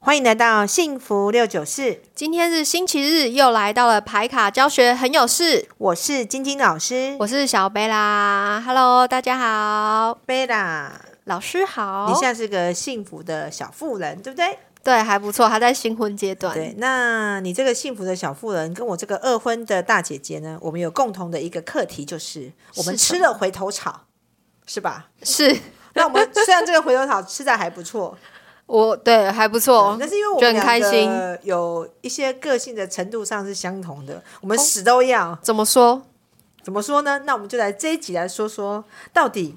欢迎来到幸福六九四，今天是星期日，又来到了牌卡教学很有事。我是晶晶老师，我是小贝啦，Hello，大家好，贝拉。老师好。你现在是个幸福的小妇人，对不对？对还不错，还在新婚阶段。对，那你这个幸福的小妇人跟我这个二婚的大姐姐呢，我们有共同的一个课题，就是我们是什吃么了回头草，是 吧？是那我们虽然这个回头草吃的还不错，我对还不错嗯，但是因为我哦就们很两开心个有一些个性的程度上是相同的，我哦们死都要。怎么说？怎么说呢？那我们就来这一集来说说，到底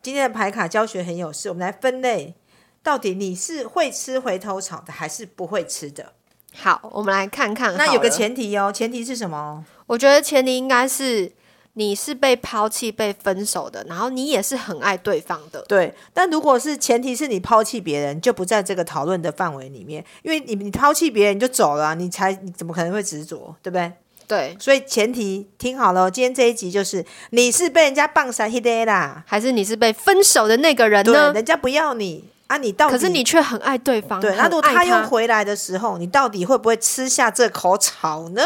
今天的牌卡教学很有事，我们来分类，到底你是会吃回头草的，还是不会吃的？好，我们来看看。那有个，前提哦，前提是什么？我觉得前提应该是你是被抛弃、被分手的，然后你也是很爱对方的。对，但如果是前提是你抛弃别人，就不在这个讨论的范围里面，因为你你抛弃别人你就走了啊、你才你怎么可能会执着，对不对？对，所以前提听好了哦，今天这一集就是你是被人家棒杀 h i 啦，还是你是被分手的那个人对，呢？人家不要你啊，你到底可是你却很爱对方，对，那很如果爱他他又回来的时候，你到底会不会吃下这口草呢？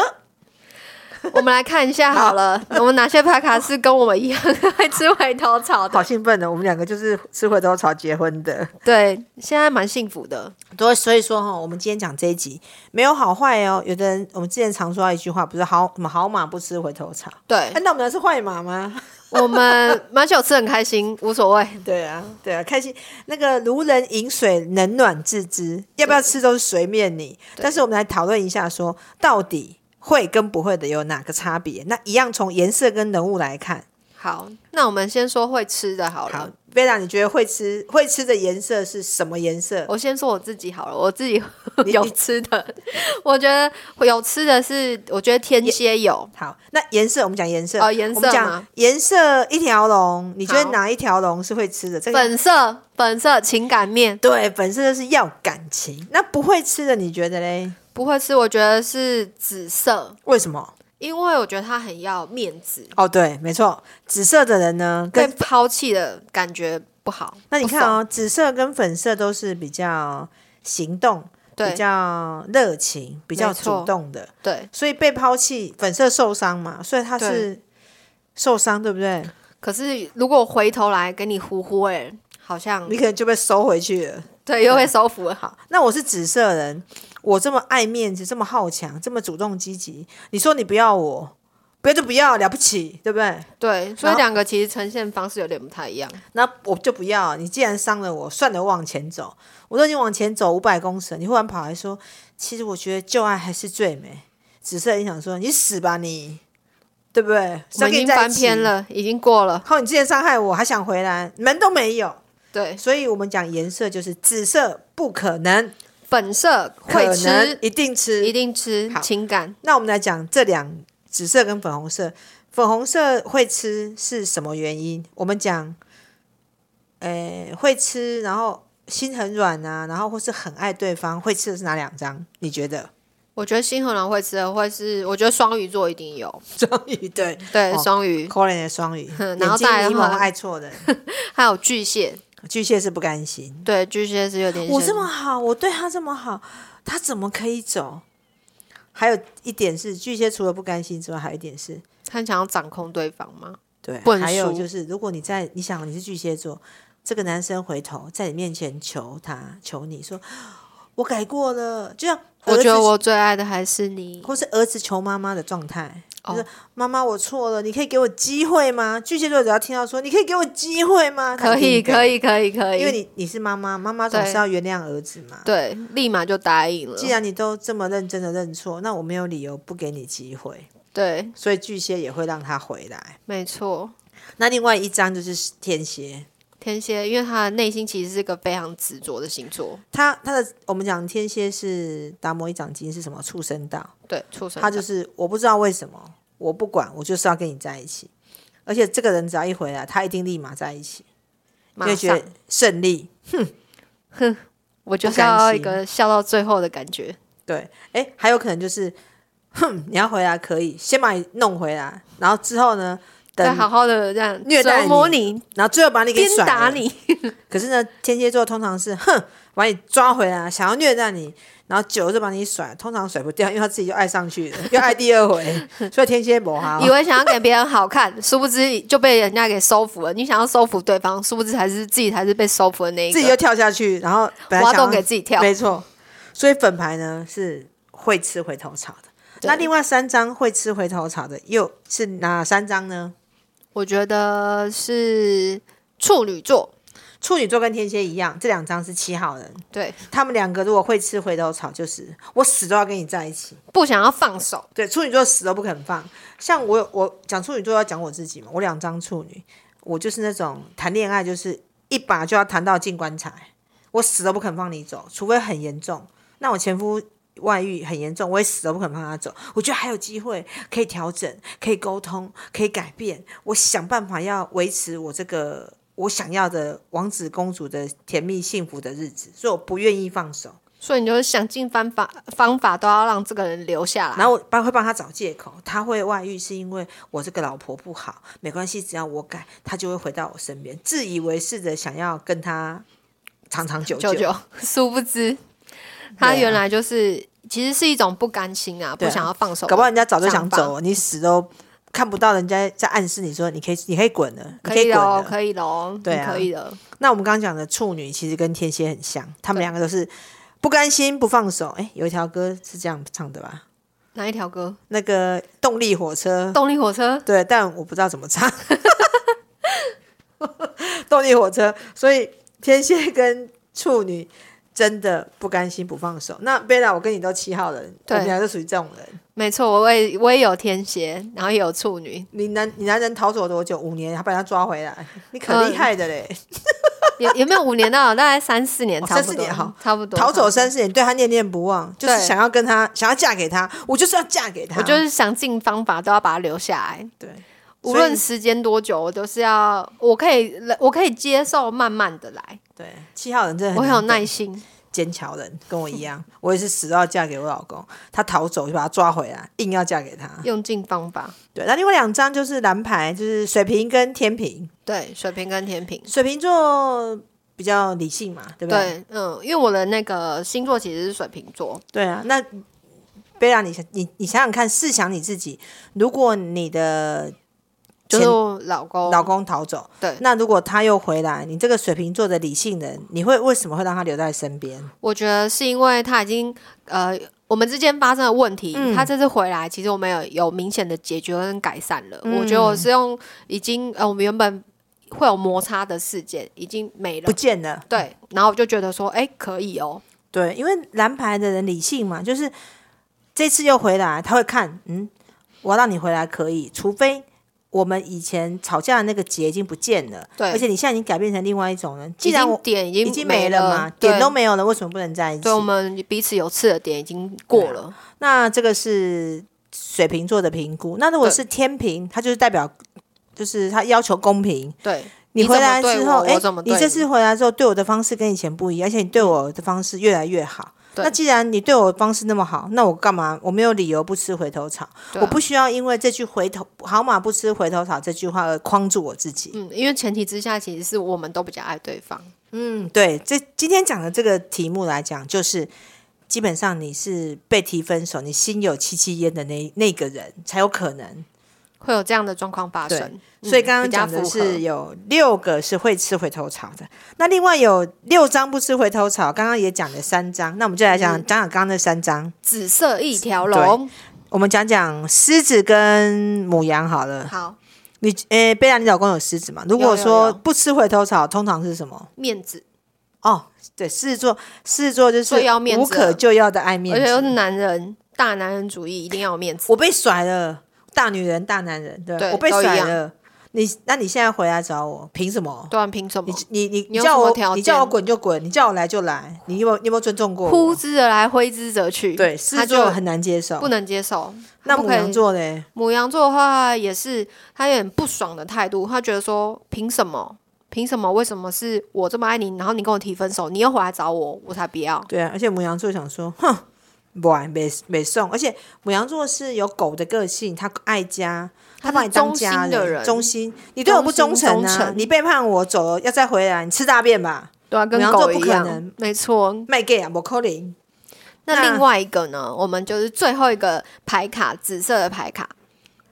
我们来看一下好了，我们哪些牌卡是跟我们一样爱吃回头草好的？兴奋呢！哦我们两个就是吃回头草结婚的。对，现在蛮幸福的。对，所以说哈，我们今天讲这一集没有好坏哦。有的人我们之前常说到一句话，不是好什么好马不吃回头草，对哎、，那我们是坏马吗？我们马九吃很开心，无所谓。 对啊，对啊，开心。那个如人饮水，冷暖自知，要不要吃都是随便你。但是我们来讨论一下说到底会跟不会的有哪个差别？那一样从颜色跟人物来看。好，那我们先说会吃的好了。好，贝拉，你觉得会吃会吃的颜色是什么颜色？我先说我自己好了，我自己你有吃的，我觉得有吃的是，我觉得天蝎有，好，那颜色我们讲颜色哦颜色我们讲吗颜色一条龙，你觉得好哪一条龙是会吃的？这个粉色，粉色情感面对，本身就是要感情。那不会吃的，你觉得嘞？不会吃，我觉得是紫色，为什么？因为我觉得他很要面子，哦，对，没错，紫色的人呢，被跟抛弃的感觉不好。那你看不爽，哦，紫色跟粉色都是比较行动、比对较热情、比较没错主动的，对，所以被抛弃，粉色受伤嘛，所以他对是受伤，对不对？可是如果回头来跟你呼呼、欸，好像你可能就被收回去了。对又会收服了。好，那我是紫色人，我这么爱面子，这么好强，这么主动积极，你说你不要我，不要就不要，了不起，对不 对？对，所然以后两个其实呈现方式有点不太一样。那我就不要，你既然伤了我，算了，我往前走，我都已经往前走五百公尺了，你忽然跑来说，其实我觉得旧爱还是最美。紫色人想说，你死吧你，对不对？我们已经翻篇。了，已经过了。哦靠！你之前伤害我，还想回来，门都没有。对，所以我们讲颜色，就是紫色不可能，粉色会可能吃，一定吃，一定吃好情感。那我们来讲这两紫色跟粉红色，粉红色会吃是什么原因？我们讲，呃，会吃，然后心很软啊，然后或是很爱对方，会吃的是哪两张？你觉 得？我觉得新荷兰会吃的会是，我觉得双鱼座一定有。双鱼对，对哦，双鱼可怜的双鱼，哼 然眼后睛再来的迷蒙话爱错人，还有巨蟹，巨蟹是不甘 心。对，巨蟹是有点我像这么好，我对他这么好，他怎么可以走？还有一点是，巨蟹除了不甘心之外，还有一点是很想要掌控对方吗？对，不能还有输就是，如果你在你想你是巨蟹座，这个男生回头在你面前求他求你说，我改过了，就像我儿觉得子我最爱的还是你。或是儿子求妈妈的状态，就哦是妈妈我错了，你可以给我机会吗？巨蟹座只要听到说你可以给我机会吗？他可一定以，给可，以，可以，可以，因为你你是妈妈，妈妈总对是要原谅儿子嘛。对，立马就答应了。既然你都这么认真的认错，那我没有理由不给你机会，对，所以巨蟹也会让他回来。没错，那另外一张就是天蝎，天蝎，因为他的内心其实是个非常执着的星座，他他的我们讲天蝎是达摩一掌经是什么畜生道，对，畜生道，他就是我不知道为什么，我不管，我就是要跟你在一起。而且这个人只要一回来，他一定立马在一起，因马为觉上得，胜利。我就是不甘要一心个笑到最后的感觉，对，哎，还有可能就是，哼，你要回来可以，先把你弄回来，然后之后呢，再等，好好的这样虐待折磨你，然后最后把你给鞭甩打了你。可是呢，天蝎座通常是哼，把你抓回来，想要虐待你，然后久了就把你甩，通常甩不掉，因为他自己就爱上去了，又爱第二回，所以天蝎不好以。为想要给别人好看，殊不知就被人家给收服了。你想要收服对方，殊不知才是自己才是被收服的那一个。自己又跳下去，然后本来挖想要洞给自己跳没错。所以粉牌呢是会吃回头草的。对那另外三张会吃回头草的又是哪三张呢？我觉得是处女座，处女座跟天蝎一样，这两张是七号人，对，他们两个如果会吃回头草，就是我死都要跟你在一起。不想要放手，对，处女座死都不肯放。像我有，我讲处女座要讲我自己嘛，我两张处女，我就是那种谈恋爱就是一把就要谈到进棺材，我死都不肯放你走，除非很严重。那我前夫外遇很严重，我也死都不肯放他走。我觉得还有机会可以调整，可以沟通，可以改变。我想办法要维持我这个我想要的王子公主的甜蜜幸福的日子，所以我不愿意放手。所以你就是想尽方法方法都要让这个人留下来。然后我帮会帮他找借口，他会外遇是因为我这个老婆不好，没关系，只要我改，他就会回到我身边，自以为是的想要跟他长长久舅舅，殊不知对他啊原来就是、其实是一种不甘心啊，对不啊想要放手。搞不好人家早就想想走了，你死都看不到人家在暗示你说你可以，你可以滚了，你可以滚喽，了。可以喽，对啊你可以的。那我们刚刚讲的处女其实跟天蝎很像，他们两个都是不甘心不放手。哎，有一条歌是这样唱的吧？哪一条歌？那个动力火车，动力火车。对，但我不知道怎么唱。动力火车，所以天蝎跟处女真的不甘心不放手。那贝拉，我跟你都七号人，我对们俩就属于这种人。没错，我也我也有天蝎，然后也有处女，你男你男人逃走多久？五年，还把他抓回来，你可呃厉害的嘞！也也没有五年到， 大概三四年哦差三不四多，年哈差不多逃走。差三四年，对他念念不忘，就是对想要跟他，想要嫁给他，我就是要嫁给不他。多我就是想尽方法都要把它留下来，对，所以无论时间多久，我都是要，我可以，我可以接受慢慢的来，对七号人真的我很很有难耐心。坚强人，跟我一样，我也是死都要嫁给我老公。他逃走就把他抓回来，硬要嫁给他。用尽方法。对，那另外两张就是蓝牌，就是水瓶跟天平。对，水瓶跟天平。水瓶座比较理性嘛，对不对？对，嗯，因为我的那个星座其实是水瓶座，对啊，那贝拉，你想你你想想看，试想你自己，如果你的就前是我老公，老公逃走，对，那如果他又回来，你这个水瓶座的理性人，你会为什么会让他留在身边？我觉得是因为他已经呃，我们之间发生的问题，嗯他这次回来，其实我们有有明显的解决跟改善了。嗯我觉得我是用已经呃，我们原本会有摩擦的事件已经没了不，见了。对，然后我就觉得说，哎，可以哦，对，因为蓝牌的人理性嘛，就是这次又回来，他会看，嗯，我让你回来可以，除非我们以前吵架的那个结已经不见了，对而且你现在已经改变成另外一种人，既已然经我点已经已经没没了嘛，点都对没有了，为什么不能在一起对，？我们彼此有刺的点已经过了，那这个是水瓶座的评估，那如果对是天平，他就是代表，就是他要求公平，对，啊你你回怎么来对之我后，我哎、怎么你对这你嗯次回来之后对我的方式跟以前不一样，而且你对我的方式越来越好。对那既然你对我的方式那么好，那我干嘛？我没有理由不吃回头草，对我啊不需要因为这句回头好马不吃回头草这句话而框住我自己。嗯，因为前提之下，其实是我们都比较爱对方，嗯，对，这今天讲的这个题目来讲，就是基本上你是被提分手，你心有戚戚焉的那那个人才有可能。会有这样的状况发对生。嗯所以刚刚比较讲的符合是有六个是会吃回头草的，那另外有六张不吃回头草，刚刚也讲了三张，那我们就来讲嗯讲讲刚刚那三张，紫色一条龙，我们讲讲狮子跟母羊好了。好你诶，贝拉，你老公有狮子吗？如果有有说有不吃回头草，通常是什么？面子。哦，对，狮子座，狮子座就是最要面子哎无可救药的爱面而且又是子。男人，大男人主义一定要有面子。我被甩了，大女人大男人，对吧对我被都一甩样了，你那你现在回来找我，凭什么？对啊，凭什么你？你你你有叫什么我条你叫我件滚就滚，你叫我来就来，你有没有你有没有尊重过呼我？之则来，挥之则去。对，狮他子就座很难接受不。能接受。那不母可以羊座呢？母羊座的话也是，他有点不爽的态度，他觉得说，凭什么？凭什么？为什么是我这么爱你，然后你跟我提分手，你又回来找我，我才不要？对啊，而且母羊座想说，哼，不爱没没送，而且母羊座是有狗的个性，它爱家，它把是你当忠心家的人，人忠心。你对我不忠诚忠心啊忠！诚你背叛我走了，要再回来，你吃大便吧！对啊，跟母羊座狗不一可样能，没错。卖 gay 啊，我扣零。那那另外一个呢？我们就是最后一个牌卡，紫色的牌卡，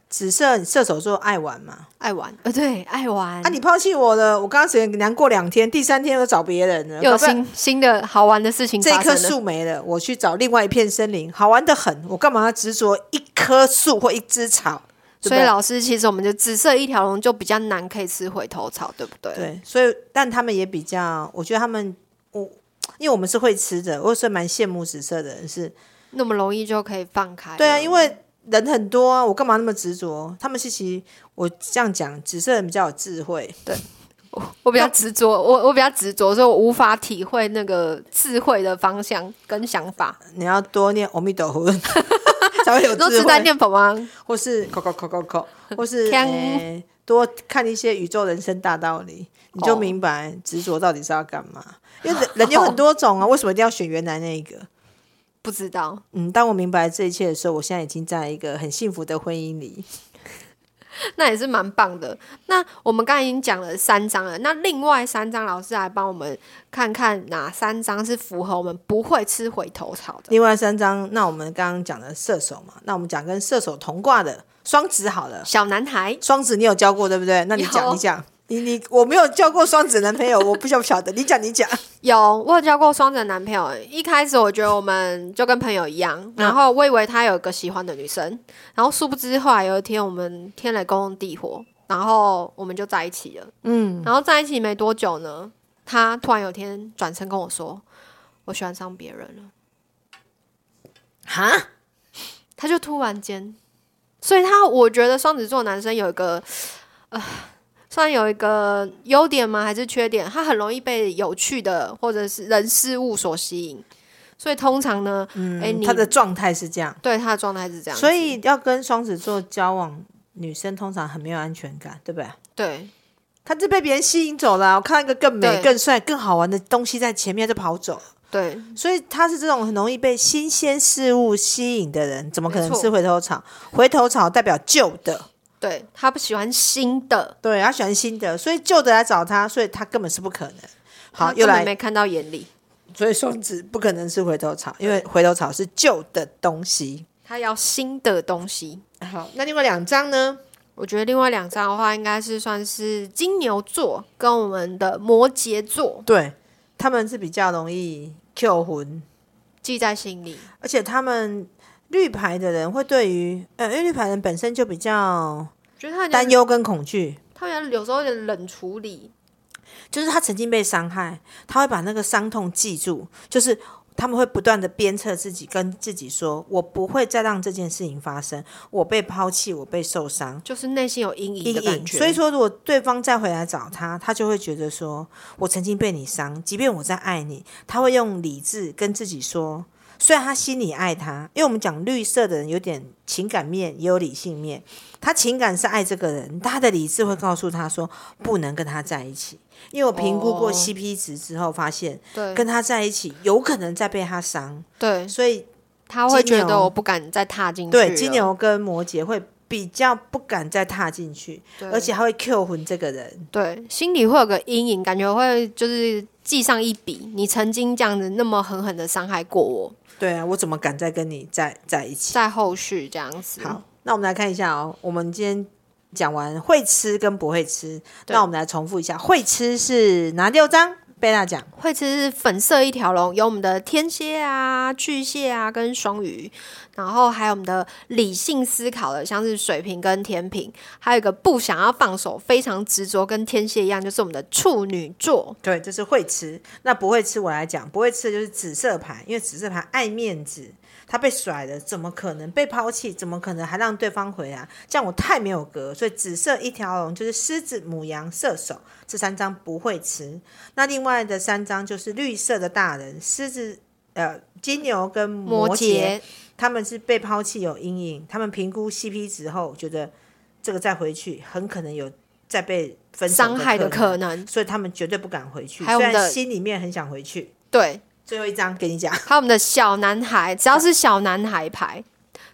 紫色射手座爱玩嘛？爱玩，呃，对，爱玩。啊，你抛弃我了，我刚刚只难过两天，第三天又找别人了，又搞有不好新新的好玩的事情这一发棵生了。树没了，我去找另外一片森林，好玩的很。我干嘛要执着一棵树或一枝草？对不所以对老师，其实我们就紫色一条龙就比较难，可以吃回头草，对不对？对，所以但他们也比较，我觉得他们我。因为我们是会吃的，我是蛮羡慕紫色的人是。那么容易就可以放开了。对啊，因为人很多啊，我干嘛那么执着？他们是其实我这样讲，紫色人比较有智慧，我比较执着，我我比较执着，所以我无法体会那个智慧的方向跟想法。你要多念阿弥陀佛 才会有都智是在慧，念佛吗？或是扣扣扣扣 扣，或是、锵诶多看一些宇宙人生大道理，你就哦明白执着到底是要干嘛。因为 人人有很多种啊，为什么一定要选原来那一个？不知道。嗯，当我明白这一切的时候，我现在已经在一个很幸福的婚姻里。那也是蛮棒的。那我们刚才已经讲了三张了，那另外三张老师来帮我们看看哪三张是符合我们不会吃回头草的。另外三张，那我们刚刚讲的射手嘛，那我们讲跟射手同挂的双子好了。小男孩，双子你有交过对不对？那你讲，有你讲，你你我没有交过双子男朋友，我不晓不晓得。你讲， 你讲。有，我有交过双子的男朋友。一开始我觉得我们就跟朋友一样，然后我以为他有个喜欢的女生，然后殊不知后来有一天我们天雷公地火，然后我们就在一起了。嗯，然后在一起没多久呢，他突然有一天转身跟我说：“我喜欢上别人了。哈，”他就突然间，所以他我觉得双子座男生有一个，呃，算有一个优点吗？还是缺点？他很容易被有趣的或者是人事物所吸引，所以通常呢，哎、嗯你他的状态是这样，对他的状态是这样子，所以要跟双子座交往，女生通常很没有安全感，对不对？对他是被别人吸引走了啊，我看到一个更美、对更帅、更好玩的东西在前面就跑走了，对所以他是这种很容易被新鲜事物吸引的人，怎么可能没错是回头草？回头草代表旧的，对，他不喜欢新的，对，他喜欢新的，所以旧的来找他，所以他根本是不可能。好，他又根来本没看到眼里，所以双子不可能是回头草，因为回头草是旧的东西。他要新的东西。好，那另外两张呢？我觉得另外两张的话，应该是算是金牛座跟我们的摩羯座对，他们是比较容易 Q 魂，记在心里。而且他们绿牌的人会对于，呃，因为绿牌人本身就比较我觉得他有点担忧跟恐惧，他们有时候有点冷处理，就是他曾经被伤害，他会把那个伤痛记住，就是他们会不断的鞭策自己，跟自己说，我不会再让这件事情发生，我被抛弃，我被受伤，就是内心有阴影阴的感影。觉。所以，说，如果对方再回来找他，他就会觉得说，我曾经被你伤，即便我在爱你，他会用理智跟自己说，虽然他心里爱他，因为我们讲绿色的人有点情感面，也有理性面。他情感是爱这个人，但他的理智会告诉他说，不能跟他在一起。因为我评估过哦 CP 值之后，发现对跟他在一起有可能再被他伤，对，所以他会觉金牛得我不敢再踏进去了。对金牛跟摩羯会比较不敢再踏进去，对，而且还会 Q 魂这个人。对心里会有个阴影，感觉会就是记上一笔。你曾经这样子那么狠狠的伤害过我，对啊，我怎么敢再跟你在在一起？在后续这样子。好，那我们来看一下哦。我们今天讲完会吃跟不会吃，对那我们来重复一下，会吃是哪六张？贝娜讲，会吃粉色一条龙，有我们的天蝎啊、巨蟹啊跟双鱼，然后还有我们的理性思考的，像是水瓶跟天平，还有一个不想要放手、非常执着，跟天蝎一样，就是我们的处女座。对，这是会吃。那不会吃，我来讲，不会吃的就是紫色牌，因为紫色牌爱面子，他被甩了，怎么可能被抛弃？怎么可能还让对方回来？这样我太没有格。所以紫色一条龙就是狮子、母羊、射手这三张不会吃。那另外的三张就是绿色的大人，狮子、呃金牛跟摩摩羯羯，他们是被抛弃有阴影，他们评估 CP 值后觉得这个再回去很可能有再被分手伤害的可可能，能，所以他们绝对还有我们的心里面很想回去，对，最后一张给你讲，还有我们的小男孩，只要是小男孩牌，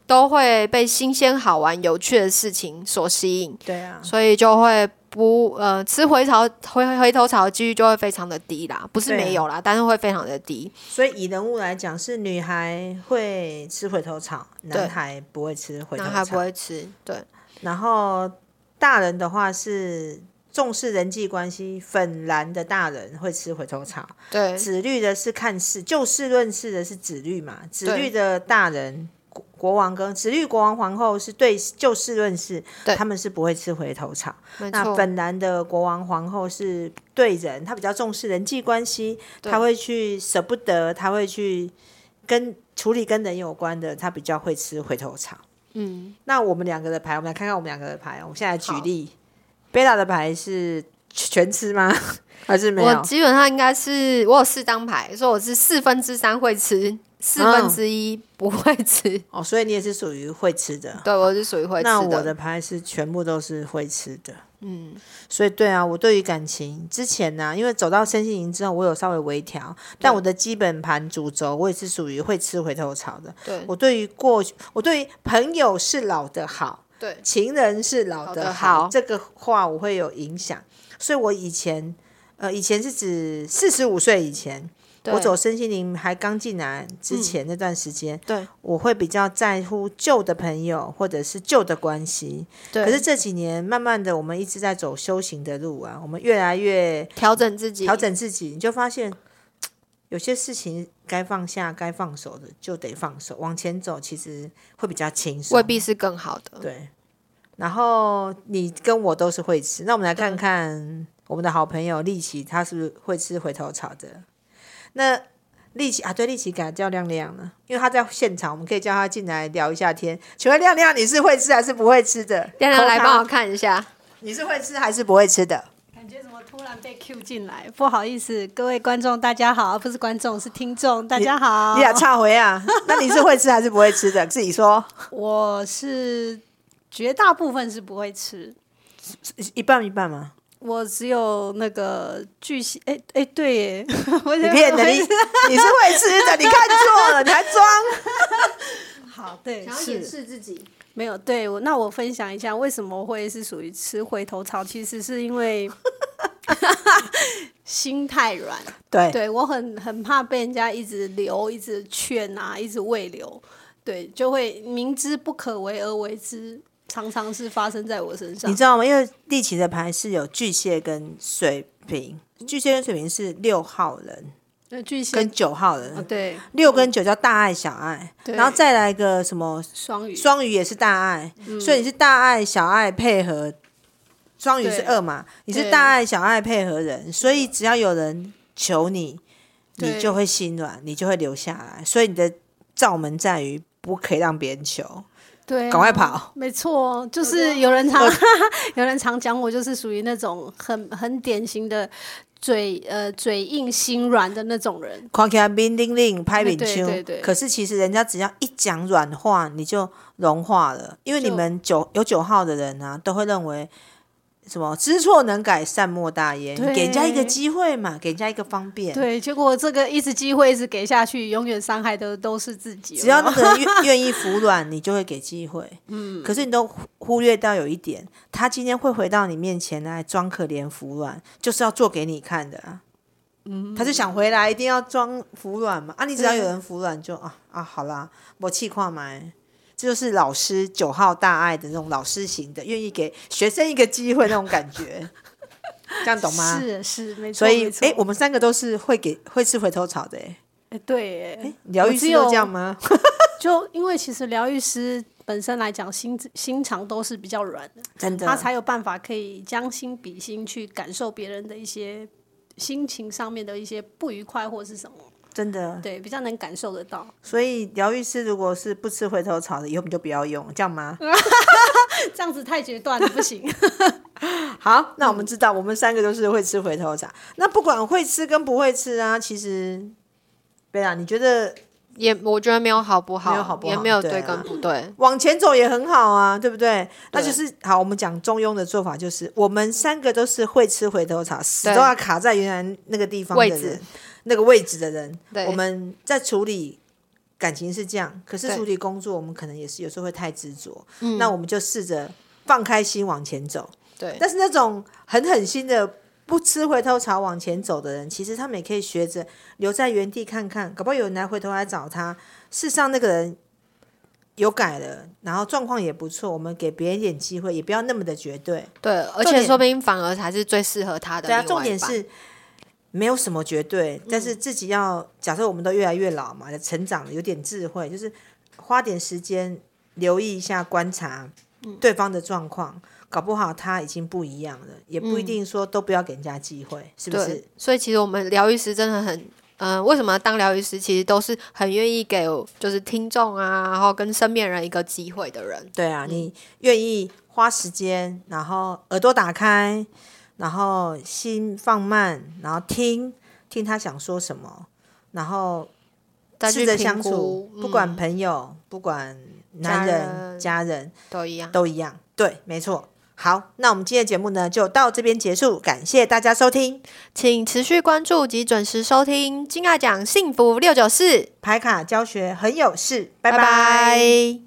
都会被新鲜、好玩、有趣的事情所吸引，对啊，所以就会不呃吃回潮回回头草的几率就会非常的低啦，不是对啊没有啦，但是会非常的低。所以以人物来讲，是女孩会吃回头草，男孩不会吃回头男孩不草。会吃，对，然后大人的话是重视人际关系，粉蓝的大人会吃回头草，对，紫绿的是看事，就事论事的是紫绿嘛，紫绿的大人。国国王跟紫绿国王皇后是对就事论事，对他们是不会吃回头草。没那错，本兰的国王皇后是对人，她比较重视人际关系，对她会去舍不得，她会去跟处理跟人有关的，她比较会吃回头草。嗯，那我们两个的牌，我们来看看我们两个的牌。我们现在举好例，贝拉的牌是全吃吗？ 还是没我有？基本上应该是我有四张牌，所以我是四分之三会吃，四分之一不会吃。哦，所以你也是属于会吃的。对，我是属于会吃那的。我的牌是全部都是会吃的。嗯，所以对啊，我对于感情之前呢、因为走到身心灵之后，我有稍微微调，但我的基本盘主轴我也是属于会吃回头草的。对我对于过去，我对于朋友是老的好，对情人是老的好，老的好这个话我会有影响。所以我以前，呃，以前是指四十五岁以前，对嗯我走身心灵还刚进来之前那段时间，对我会比较在乎旧的朋友或者是旧的关系。对，可是这几年，慢慢的，我们一直在走修行的路啊，我们越来越调整自己，调整自己，你就发现有些事情该放下、该放手的就得放手，往前走其实会比较轻松。未必是更好的。对。然后你跟我都是会吃，那我们来看看我们的好朋友丽琪，她是不是会吃回头草的？那丽琪啊，对，丽琪改叫亮亮了，因为她在现场，我们可以叫她进来聊一下天。请问亮亮，你是会吃还是不会吃的？亮亮来扣她帮我看一下，你是会吃还是不会吃的？感觉怎么突然被 Q 进来？不好意思，各位观众，大家好，不是观众是听众，大家好。你俩差回 啊？那你是会吃还是不会吃的？自己说，我是绝大部分是不会吃，一半一半嘛。我只有那个巨蟹，哎哎，对耶， 我你骗的，你你是会吃的，你看错了，你还装。好对想要掩是饰自己。没有对我。那我分享一下为什么会是属于吃回头草，其实是 因为心太软。 对，对我很很怕被人家一直留、一直劝啊、一直喂留，对，就会明知不可为而为之，常常是发生在我身上你。知道吗？因为地奇的牌是有巨蟹跟水瓶，巨蟹跟水瓶是六号人那巨蟹跟，九号哦、人，对，六跟九叫大爱小爱，对然后再来一个什么双鱼，双鱼也是大爱，嗯所以你是大爱小爱配合。双鱼是对二嘛，你是对大爱小爱配合人，所以只要有人求你，你对就会心软，你就会留下来。所以你的罩门在于不可以让别人求，对、啊赶快跑。呃没错，就是有人常 有人常讲我，就是属于那种很很典型的嘴呃嘴硬心软的那种人。狂起来冰叮令拍饼对丘对对。可是其实人家只要一讲软话，你就融化了，因为你就们九有九号的人啊，都会认为。什么知错能改，善莫大焉。你对给人家一个机会嘛，给人家一个方便。对，结果这个一直机会一直给下去，永远伤害的都是自己。只要有没那个有人愿 愿意服软，你就会给机会。嗯，可是你都忽忽略到有一点，他今天会回到你面前来装可怜服软，就是要做给你看的啊。嗯，他就想回来，一定要装服软嘛。啊，你只要有人服软就，啊啊，好啦，我气话买。这就是老师九号大爱的那种老师型的，愿意给学生一个机会那种感 觉，这样懂吗？是是没错。所以没，错哎、我们三个都是会给会吃回头草的、诶哎对耶，疗我愈只师都有这样吗？就因为其实疗愈师本身来讲，心心肠都是比较软的，真的，他才有办法可以将心比心，去感受别人的一些心情上面的一些不愉快或是什么，真的，对，比较能感受得到。 所以疗愈师如果是不吃回头草的，以后你就不要用，这样吗？这样子太决断了，不行。好，那我们知道，我们三个都是会吃回头草。那不管会吃跟不会吃啊，其实，贝拉，你觉得也我觉得没有好不好，没有好不好也没有对啊对跟不对，往前走也很好啊，对不对？那就对是好，我们讲中庸的做法就是，我们三个都是会吃回头草，死对都要卡在原来那个地方的位置人，那个位置的人。对我们在处理感情是这样，可是对嗯处理工作，我们可能也是有时候会太执着。那我们就试着放开心往前走。对但是那种狠狠心的不吃回头草往前走的人，其实他们也可以学着留在原地看看，搞不好有人来回头来找他。事实上，那个人有改了，然后状况也不错，我们给别人一点机会，也不要那么的绝对。对，而重且点说不定反而才是最适合他的对啊，另外重点一半嗯是没有什么绝对，但是自己要假设我们都越来越老嘛，成长了有点智慧，就是花点时间留意一下观察嗯对方的状况，搞不好他已经不一样了，也不一定说都不要给人家机会，是不是嗯对？，所以其实我们疗愈师真的很。嗯，为什么当疗愈师其实都是很愿意给就是听众啊，然后跟身边人一个机会的人，对啊，你愿意花时间，然后耳朵打开，然后心放慢，然后听听他想说什么，然后再试去着评相处估，，不管嗯朋友，不管男人、家人都一样。都一样。对，没错。好，那我们今天的节目呢就到这边结束，感谢大家收听请持续关注及准时收听《金爱讲幸福六九四》，牌卡教学很有事，拜拜拜拜